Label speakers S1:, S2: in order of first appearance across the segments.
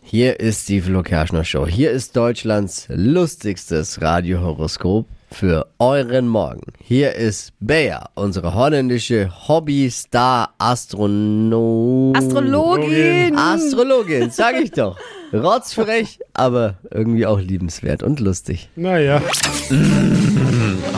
S1: Hier ist die Flo Kerschner Show. Hier ist Deutschlands lustigstes Radiohoroskop für euren Morgen. Hier ist Bea, unsere holländische Hobby-Star-Astrono...
S2: Astrologin.
S1: Astrologin, sag ich doch. Rotzfrech, aber irgendwie auch liebenswert und lustig.
S3: Naja.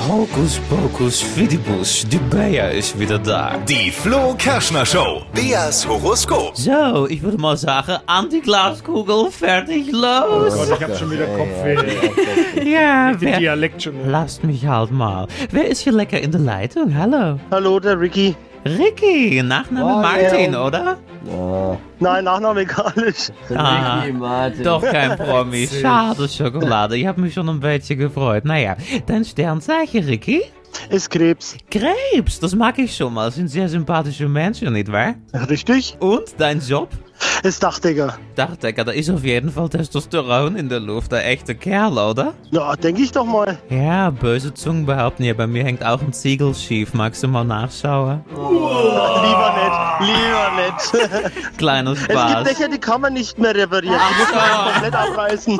S4: Hocus pocus fidibus, die Bayer ist wieder da.
S5: Die Flo Kerschner Show. Beas Horoskop.
S4: So, ich würde mal sagen, an die Glaskugel, fertig, los.
S3: Gott, Oh, ich hab schon wieder Kopfweh.
S4: ja,
S3: Der
S4: wer...
S3: Dialekt schon.
S4: Lasst mich halt mal. Wer ist hier lecker in der Leitung? Hallo.
S6: Hallo, der Ricky.
S4: Ricky, Nachname Martin, oder?
S6: Nein, Nachname egal ist.
S4: Ah, doch kein Promi. Schade, Schokolade. Ich habe mich schon ein bisschen gefreut. Nou Naja, dein Sternzeichen, Ricky?
S6: Ist Krebs.
S4: Krebs, das mag ich schon mal. Sind sehr sympathische Menschen, nicht wahr?
S6: Richtig?
S4: Und dein Job?
S6: Ist Dachdecker.
S4: Dachdecker, da ist auf jeden Fall Testosteron in der Luft. Der echte Kerl, oder?
S6: Ja, denke ich doch mal.
S4: Ja, böse Zungen behaupten ja, bei mir hängt auch ein Ziegel schief. Magst du mal nachschauen?
S6: Lieber nicht. Lieber nicht.
S4: Kleiner
S6: Es gibt
S4: Spaß.
S6: Dächer, die kann man nicht mehr reparieren. Die muss man
S4: Ach
S6: komplett abreißen.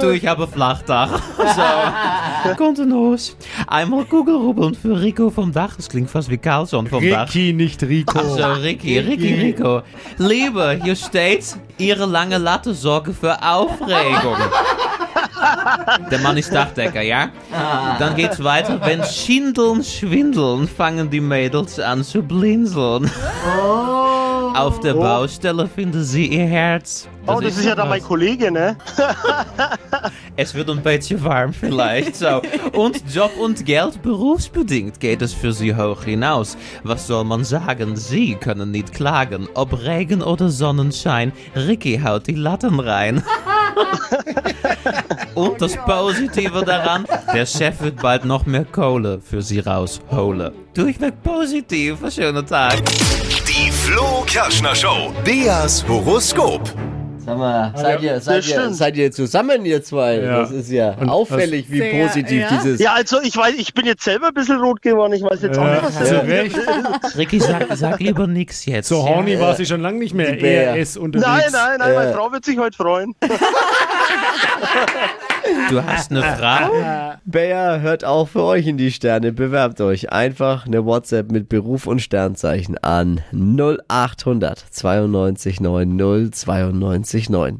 S4: Du, ich habe Flachdach. So. Kontinuos. Einmal Kugelrubbeln für Rico vom Dach. Das klingt fast wie Carlson vom Dach.
S3: Ricky, nicht Rico.
S4: So, Ricky, Ricky, Rico. Liebe, hier steht, ihre lange Latte sorge für Aufregung. Der Mann ist Dachdecker, ja? Dann geht's weiter. Wenn Schindeln schwindeln, fangen die Mädels an zu blinzeln. Auf der Baustelle finden sie ihr Herz.
S6: Oh, das ist ja dann mein
S4: was.
S6: Kollege, ne?
S4: Es wird ein bisschen warm vielleicht. So. Und Job und Geld berufsbedingt geht es für sie hoch hinaus. Was soll man sagen? Sie können nicht klagen. Ob Regen oder Sonnenschein, Ricky haut die Latten rein. Und das Positive daran, der Chef wird bald noch mehr Kohle für sie rausholen. Durchweg positiv, einen schönen Tag.
S5: Die Flo Kerschner Show. Beas Horoskop.
S1: Sag mal, seid ihr, seid
S6: das
S1: ihr,
S6: stimmt.
S1: seid ihr zusammen, ihr zwei?
S3: Ja.
S1: Das ist ja
S3: Und
S1: auffällig, wie
S2: Sehr,
S1: positiv
S2: ja.
S1: dieses...
S6: Ja, also ich weiß, ich bin jetzt selber ein bisschen rot geworden. Ich weiß jetzt auch nicht,
S3: Ja,
S6: was
S3: Äh, zu Recht.
S4: Ricky, sag, sag lieber nichts jetzt.
S3: So horny war sie schon lange nicht mehr. Er
S1: Bär.
S3: ist unterwegs.
S6: Nein, nein, nein, meine Frau wird sich heute freuen.
S4: Du hast eine Frau?
S1: Bayer hört auch für euch in die Sterne. Bewerbt euch einfach eine WhatsApp mit Beruf und Sternzeichen an 0800 92 90 92 9.